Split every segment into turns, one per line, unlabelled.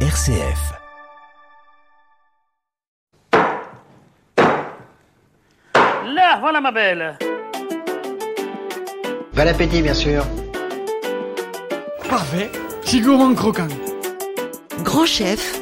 RCF.
Là, voilà ma belle.
Bon appétit, bien sûr.
Parfait, c'est gourmand croquant.
Grand chef,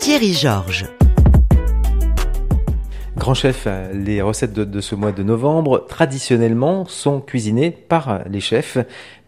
Thierry Georges.
Grand chef, euh, les recettes de, de ce mois de novembre, traditionnellement, sont cuisinées par euh, les chefs.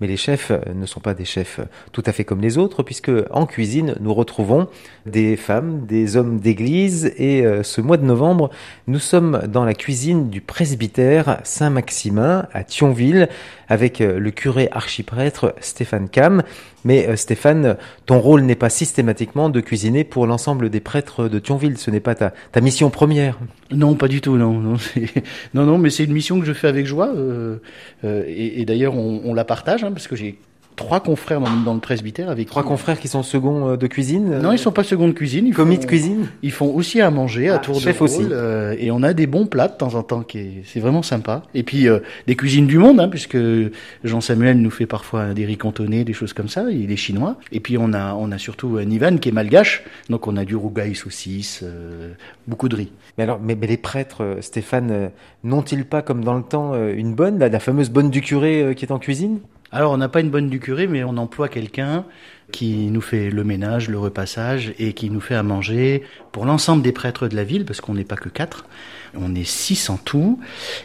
Mais les chefs euh, ne sont pas des chefs euh, tout à fait comme les autres, puisque en cuisine, nous retrouvons des femmes, des hommes d'église. Et euh, ce mois de novembre, nous sommes dans la cuisine du presbytère Saint-Maximin à Thionville, avec euh, le curé archiprêtre Stéphane Cam. Mais euh, Stéphane, ton rôle n'est pas systématiquement de cuisiner pour l'ensemble des prêtres de Thionville. Ce n'est pas ta, ta mission première.
Non, pas du tout, non. Non, non, non, mais c'est une mission que je fais avec joie. Euh, euh, et, et d'ailleurs, on, on, la partage, hein, parce que j'ai trois confrères dans, dans, le presbytère avec
Trois
qui...
confrères qui sont second de cuisine
Mm.
euh,
Non, ils sont pas second de cuisine. Ils
Commis
font,
de cuisine
Ils font aussi à manger, à
Ah,
tour de
chef
rôle.
aussi.
euh, et on a des bons plats de temps en temps, qui est- c'est vraiment sympa. Et puis, euh, des cuisines du monde, hein, puisque Jean-Samuel nous fait parfois des riz cantonais, des choses comme ça, il est chinois. Et puis, on a, on a surtout un Ivan qui est malgache, donc on a du rougail, saucisse, euh, beaucoup de riz.
Mais alors, mais, mais les prêtres, euh, Stéphane, euh, n'ont-ils pas, comme dans le temps, euh, une bonne, la, la fameuse bonne du curé euh, qui est en cuisine
Alors, on n'a pas une bonne du curé, mais on emploie quelqu'un qui nous fait le ménage, le repassage et qui nous fait à manger pour l'ensemble des prêtres de la ville, parce qu'on n'est pas que quatre, on est six en tout.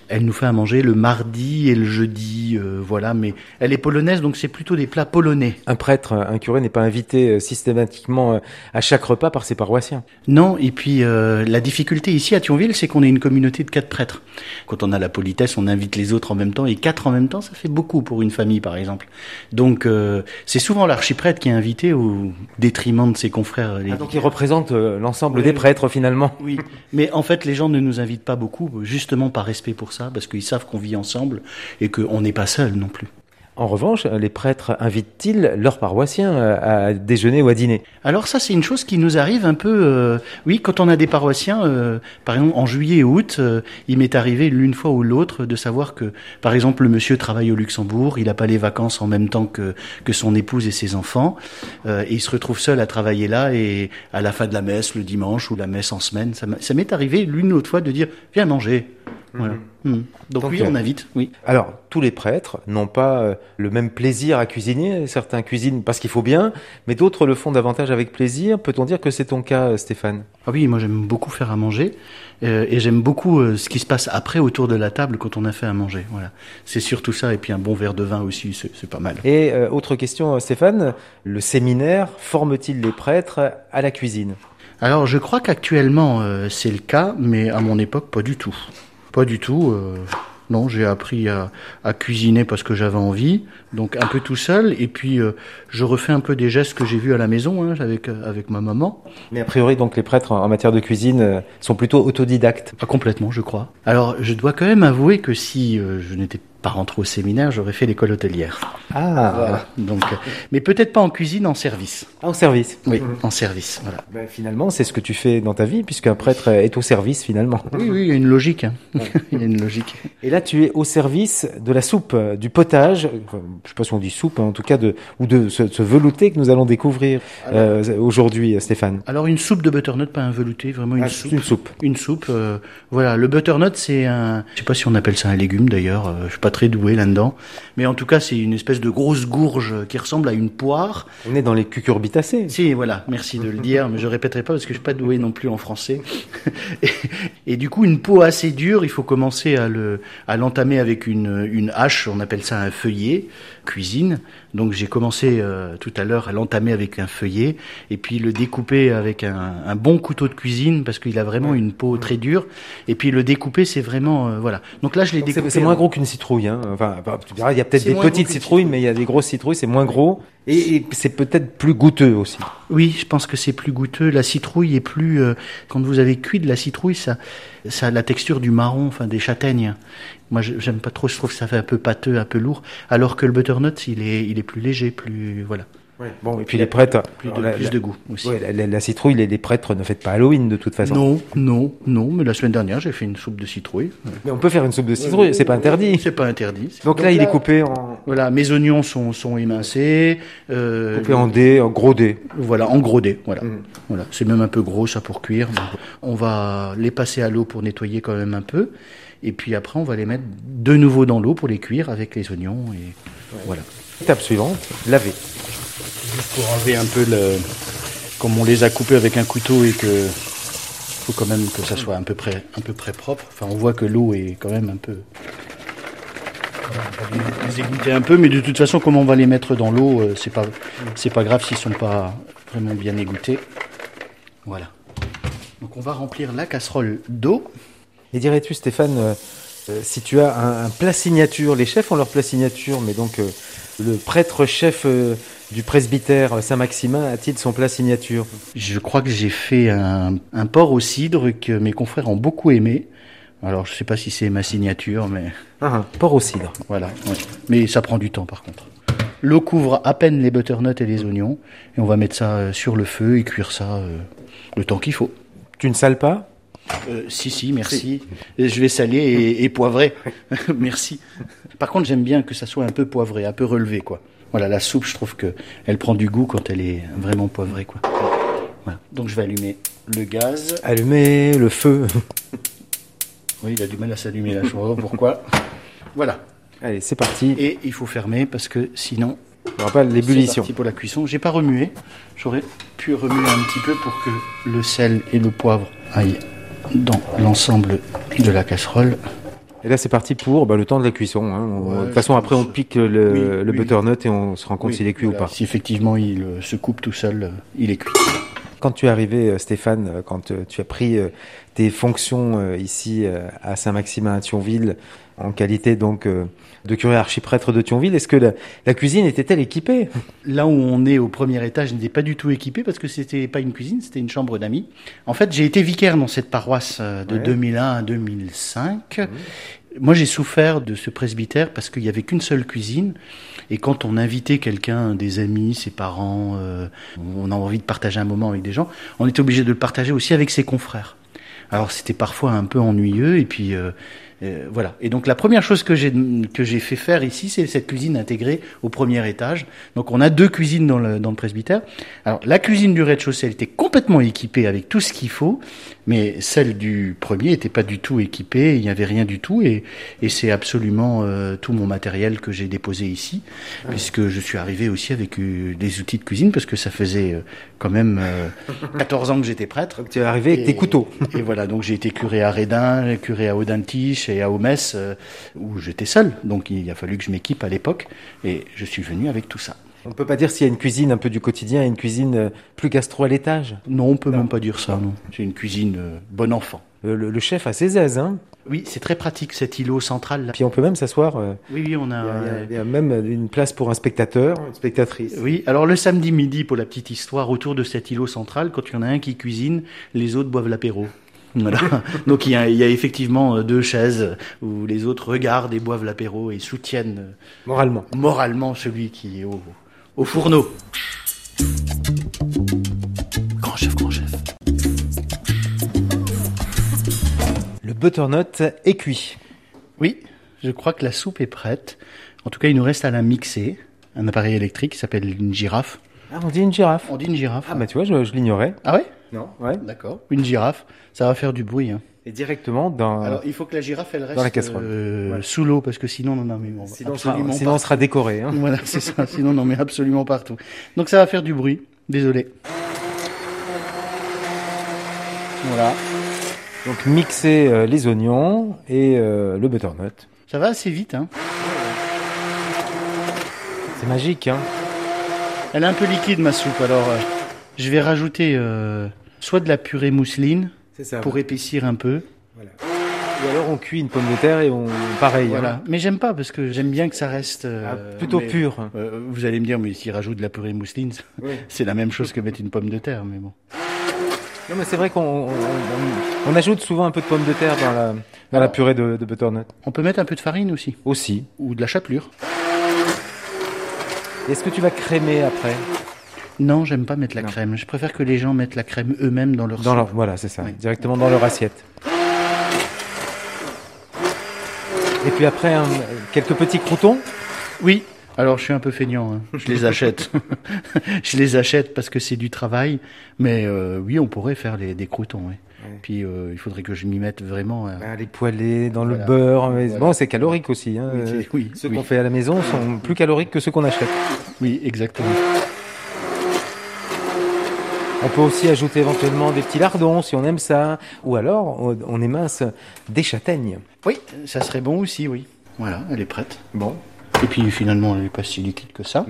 Elle nous fait à manger le mardi et le jeudi, euh, voilà, mais elle est polonaise, donc c'est plutôt des plats polonais.
Un prêtre, euh, un curé n'est pas invité euh, systématiquement euh, à chaque repas par ses paroissiens.
Non, et puis euh, la difficulté ici à Thionville, c'est qu'on est une communauté de quatre prêtres. Quand on a la politesse, on invite les autres en même temps, et quatre en même temps, ça fait beaucoup pour une famille, par exemple. Donc euh, c'est souvent l'archiprêtre qui est invité au détriment de ses confrères. les-
Ah, donc ils représentent euh, l'ensemble
Oui.
des prêtres, finalement.
Oui, mais en fait, les gens ne nous invitent pas beaucoup, justement par respect pour ça, parce qu'ils savent qu'on vit ensemble et qu'on n'est pas seul non plus.
En revanche, euh, les prêtres invitent-ils leurs paroissiens euh, à déjeuner ou à dîner
Alors ça, c'est une chose qui nous arrive un peu. euh, oui, quand on a des paroissiens, euh, par exemple en juillet et août, euh, il m'est arrivé l'une fois ou l'autre de savoir que, par exemple, le monsieur travaille au Luxembourg, il n'a pas les vacances en même temps que que son épouse et ses enfants, euh, et il se retrouve seul à travailler là. Et à la fin de la messe, le dimanche ou la messe en semaine, ça m'a- ça m'est arrivé l'une ou l'autre fois de dire viens manger. Voilà. Mhm. Donc,
Donc,
oui,
euh,
on invite. Oui.
Alors, tous les prêtres n'ont pas euh, le même plaisir à cuisiner. Certains cuisinent parce qu'il faut bien, mais d'autres le font davantage avec plaisir. Peut-on dire que c'est ton cas, euh, Stéphane
Ah oui, moi j'aime beaucoup faire à manger euh, et j'aime beaucoup euh, ce qui se passe après autour de la table quand on a fait à manger. Voilà, c'est surtout ça et puis un bon verre de vin aussi, c'est c'est pas mal.
Et euh, autre question, euh, Stéphane, le séminaire forme-t-il les prêtres à la cuisine
Alors je crois qu'actuellement euh, c'est le cas, mais à mon époque pas du tout, pas du tout. euh, non, j'ai appris à, à cuisiner parce que j'avais envie, donc un peu tout seul et puis euh, je refais un peu des gestes que j'ai vus à la maison hein, avec euh, avec ma maman.
Mais a priori, donc, les prêtres en en matière de cuisine euh, sont plutôt autodidactes.
Pas Ah, complètement, je crois. Alors je dois quand même avouer que si euh, je n'étais pas rentré au séminaire, j'aurais fait l'école hôtelière.
Ah,
Voilà. Donc, euh, mais peut-être pas en cuisine, en service.
au service.
Oui, en service. Voilà.
Ben, finalement, c'est ce que tu fais dans ta vie, puisqu'un prêtre est au service, finalement.
Oui, oui, il y a une logique. hein. il y a une logique.
Et là, tu es au service de la soupe, euh, du potage, enfin, je sais pas si on dit soupe, hein, en tout cas, de, ou de ce, ce velouté que nous allons découvrir
Ah
euh, aujourd'hui, euh, Stéphane.
Alors une soupe de butternut, pas un velouté, vraiment une
Ah, c'est
soupe.
une soupe.
Une soupe. euh, voilà, le butternut, c'est un. Je sais pas si on appelle ça un légume d'ailleurs. euh, je suis pas très doué là-dedans. Mais en tout cas, c'est une espèce de grosse gourge qui ressemble à une poire.
On est dans les cucurbitacées.
Si, voilà, merci de le dire, mais je répéterai pas parce que je suis pas doué non plus en français. Et, et du coup, une peau assez dure, il faut commencer à le, à l'entamer avec une, une hache, on appelle ça un feuillet, cuisine. Donc j'ai commencé euh, tout à l'heure à l'entamer avec un feuillet et puis le découper avec un, un bon couteau de cuisine parce qu'il a vraiment une peau très dure. Et puis le découper, c'est vraiment, euh, voilà. Donc là, je l'ai
Donc, C'est
découpé.
c'est moins gros qu'une citrouille. Hein. Enfin, bah, tu verras, il y a peut-être
C'est
des
moins gros
petites
qu'une
citrouilles, mais il y a des grosses citrouilles, c'est moins gros. Et, et c'est peut-être plus goûteux aussi.
Oui, je pense que c'est plus goûteux. La citrouille est plus. euh, quand vous avez cuit de la citrouille, ça, ça a la texture du marron, enfin des châtaignes. Moi, je- j'aime pas trop. Je trouve que ça fait un peu pâteux, un peu lourd. Alors que le butternut, il est, il est plus léger, plus voilà.
Bon, et puis les prêtres.
Plus de,
alors, la-
plus
la-
de goût aussi.
ouais, la, la- la citrouille, les, les prêtres ne faites pas Halloween de toute façon.
Non, non, non, mais la semaine dernière, j'ai fait une soupe de citrouille.
Mais on peut faire une soupe de citrouille, c'est pas interdit.
C'est pas interdit. c'est-
Donc, là, il est coupé en,
Voilà, mes oignons sont, sont émincés. euh,
coupé en dés, en gros dés.
Voilà, en gros dés. Voilà.
Mm.
Voilà. C'est même un peu gros ça pour cuire. mais On va les passer à l'eau pour nettoyer quand même un peu. Et puis après, on va les mettre de nouveau dans l'eau pour les cuire avec les oignons. Et voilà.
Étape suivante, laver.
Pour enlever un peu le. Comme on les a coupés avec un couteau et que. faut quand même que ça soit un peu près, un peu près propre. Enfin, on voit que l'eau est quand même un peu. On va les- les égoutter un peu, mais de toute façon, comme on va les mettre dans l'eau, euh, c'est pas, c'est pas grave s'ils sont pas vraiment bien égouttés. Voilà. Donc, on va remplir la casserole d'eau.
Et dirais-tu, Stéphane, euh, euh, si tu as un, un plat signature, les chefs ont leur plat signature, mais donc euh, le prêtre-chef euh, du presbytère euh, Saint-Maximin a-t-il son plat signature
Je crois que j'ai fait un, un porc au cidre que mes confrères ont beaucoup aimé. Alors, je sais pas si c'est ma signature, mais.
ah, ah, Porc au cidre.
Voilà, ouais. mais ça prend du temps par contre. L'eau couvre à peine les butternuts et les oignons, et on va mettre ça euh, sur le feu et cuire ça euh, le temps qu'il faut.
Tu ne sales pas
Euh, si, si, merci. Et Je vais saler et, et poivrer. merci. Par contre, j'aime bien que ça soit un peu poivré, un peu relevé, quoi. Voilà, la soupe, je trouve que elle prend du goût quand elle est vraiment poivrée, quoi. Voilà. Donc, je vais allumer le gaz.
Allumer le feu.
Oui, il a du mal à s'allumer, là, je vois pas pourquoi. Voilà.
Allez, c'est parti.
Et il faut fermer parce que sinon,
On rappelle
C'est
l'ébullition.
parti pour la cuisson. J'ai pas remué. J'aurais pu remuer un petit peu pour que le sel et le poivre aillent dans l'ensemble de la casserole.
Et là, c'est parti pour bah, le temps de la cuisson. hein. On- de
Ouais,
toute façon,
je
après, on
pense.
pique le,
Oui,
le
oui.
butternut et on se rend compte
Oui,
s'il est cuit ou
voilà.
pas.
Si effectivement il euh, se coupe tout seul, euh, il est cuit.
Quand tu es arrivé, euh, Stéphane, euh, quand euh, tu as pris euh, tes fonctions euh, ici euh, à Saint-Maximin à Thionville, en qualité donc euh, de curé archiprêtre de Thionville, est-ce que la, la cuisine était-elle équipée
Là où on est au premier étage, je n'étais pas du tout équipé parce que c'était pas une cuisine, c'était une chambre d'amis. En fait, j'ai été vicaire dans cette paroisse euh, de
Ouais.
2001 à 2005. Moi, j'ai souffert de ce presbytère parce qu'il n'y avait qu'une seule cuisine. Et quand on invitait quelqu'un, des amis, ses parents, euh, on a envie de partager un moment avec des gens, on était obligé de le partager aussi avec ses confrères. Alors c'était parfois un peu ennuyeux et puis euh, euh, voilà. Et donc la première chose que j'ai que j'ai fait faire ici, c'est cette cuisine intégrée au premier étage. Donc on a deux cuisines dans le dans le presbytère. Alors la cuisine du rez-de-chaussée elle était complètement équipée avec tout ce qu'il faut, mais celle du premier était pas du tout équipée. Il n'y avait rien du tout et et c'est absolument euh, tout mon matériel que j'ai déposé ici, puisque je suis arrivé aussi avec euh, des outils de cuisine parce que ça faisait euh, quand même euh, 14 ans que j'étais prêtre.
Donc, Tu es arrivé avec
Et-
tes couteaux.
Et voilà, donc j'ai été curé à Redin, curé à Audintich et à Omès, euh, où j'étais seul. Donc il a fallu que je m'équipe à l'époque, et je suis venu avec tout ça.
On ne peut pas dire s'il y a une cuisine un peu du quotidien et une cuisine euh, plus gastro à l'étage.
Non, on peut même pas dire ça, non. C'est une cuisine euh, bon enfant.
Euh, Le, le chef a ses aises. Hein.
Oui, c'est très pratique cet îlot central là.
Puis on peut même s'asseoir. euh,
Oui, oui, on a.
Il y a- il y a même une place pour un spectateur, une spectatrice.
Oui, alors le samedi midi, pour la petite histoire, autour de cet îlot central, quand il y en a un qui cuisine, les autres boivent l'apéro. Voilà. Donc il y, a, il y a effectivement euh, deux chaises où les autres regardent et boivent l'apéro et soutiennent euh,
Moralement.
moralement celui qui est au, au fourneau. Grand chef, grand chef.
Le butternut est cuit.
Oui, je crois que la soupe est prête. En tout cas, il nous reste à la mixer. Un appareil électrique qui s'appelle une girafe.
Ah, on dit une girafe.
On dit une girafe.
Ah, bah tu vois, je, je l'ignorais.
Ah ouais
Non Ouais.
D'accord. Une girafe, ça va faire du bruit. hein.
Et directement dans.
Alors, il faut que la girafe, elle reste
Dans la casserole.
euh, sous l'eau, parce que sinon, non, non, mais on va
Sinon, on sera,
absolument
sinon, on sera décoré. hein.
Voilà, c'est ça. Sinon, on en met absolument partout. Donc, ça va faire du bruit. Désolé. Voilà.
Donc mixer euh, les oignons et euh, le butternut.
Ça va assez vite, hein.
C'est magique, hein
Elle est un peu liquide, ma soupe. Alors, euh, je vais rajouter euh, soit de la purée mousseline
C'est ça.
pour épaissir un peu.
Ou alors on cuit une pomme de terre et on pareil. hein.
Voilà. Mais j'aime pas parce que j'aime bien que ça reste euh,
Ah, plutôt
mais-
pur.
Euh, vous allez me dire, mais s'il rajoute de la purée mousseline, c'est la même chose que mettre une pomme de terre, mais bon.
Non mais c'est vrai qu'on on, on- on ajoute souvent un peu de pomme de terre dans la, dans la purée de, de butternut.
On peut mettre un peu de farine aussi,
Aussi.
ou de la chapelure.
Est-ce que tu vas crémer après
Non, j'aime pas mettre la
Non.
crème. Je préfère que les gens mettent la crème eux-mêmes dans leur
Dans leur,
soupe.
voilà, c'est ça,
Oui.
directement dans leur assiette. Et puis après, un- quelques petits croutons.
Oui. Alors, je suis un peu feignant. hein. Je les achète. je les achète parce que c'est du travail. Mais euh, oui, on pourrait faire les, des croutons. oui.
Ouais.
Puis, euh, il faudrait que je m'y mette vraiment. hein. à-
Ah, les poêlés, dans
Voilà.
le beurre. mais
Voilà.
Bon, c'est calorique aussi. hein.
Oui, c'est-
Euh,
oui,
Ceux
oui.
qu'on fait à la maison sont plus caloriques que ceux qu'on achète.
Oui, exactement.
On peut aussi ajouter éventuellement des petits lardons si on aime ça. Ou alors, on on émince des châtaignes.
Oui, ça serait bon aussi, oui. Voilà, elle est prête.
Bon.
Et puis, finalement, elle n'est pas si liquide que ça.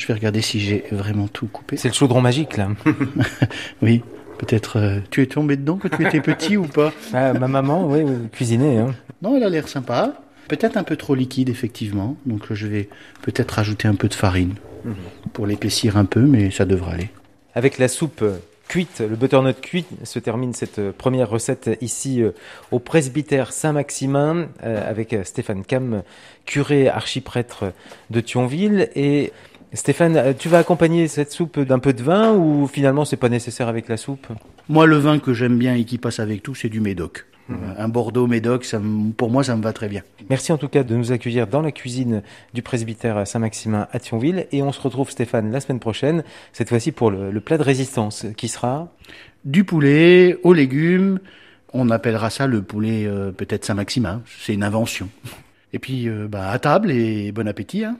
Je vais regarder si j'ai vraiment tout coupé.
C'est le chaudron magique, là.
Oui, peut-être. euh, tu es tombé dedans quand tu étais petit ou pas
Ah, ma maman, oui, oui, cuisinait. hein.
Non, elle a l'air sympa. Peut-être un peu trop liquide, effectivement. Donc, euh, je vais peut-être rajouter un peu de farine pour l'épaissir un peu, mais ça devrait aller.
Avec la soupe euh, cuite, le butternut cuit, se termine cette euh, première recette euh, ici euh, au presbytère Saint-Maximin euh, avec euh, Stéphane Cam, curé archiprêtre euh, de Thionville. Et Stéphane, euh, tu vas accompagner cette soupe d'un peu de vin ou finalement c'est pas nécessaire avec la soupe
Moi, le vin que j'aime bien et qui passe avec tout, c'est du médoc. Euh, Un Bordeaux médoc, ça me- pour moi, ça me va très bien.
Merci en tout cas de nous accueillir dans la cuisine du presbytère Saint-Maximin à Thionville et on se retrouve Stéphane la semaine prochaine, cette fois-ci pour le, le plat de résistance qui sera
Du poulet aux légumes. On appellera ça le poulet euh, peut-être Saint-Maximin. C'est une invention. Et puis, euh, bah, à table et bon appétit. hein.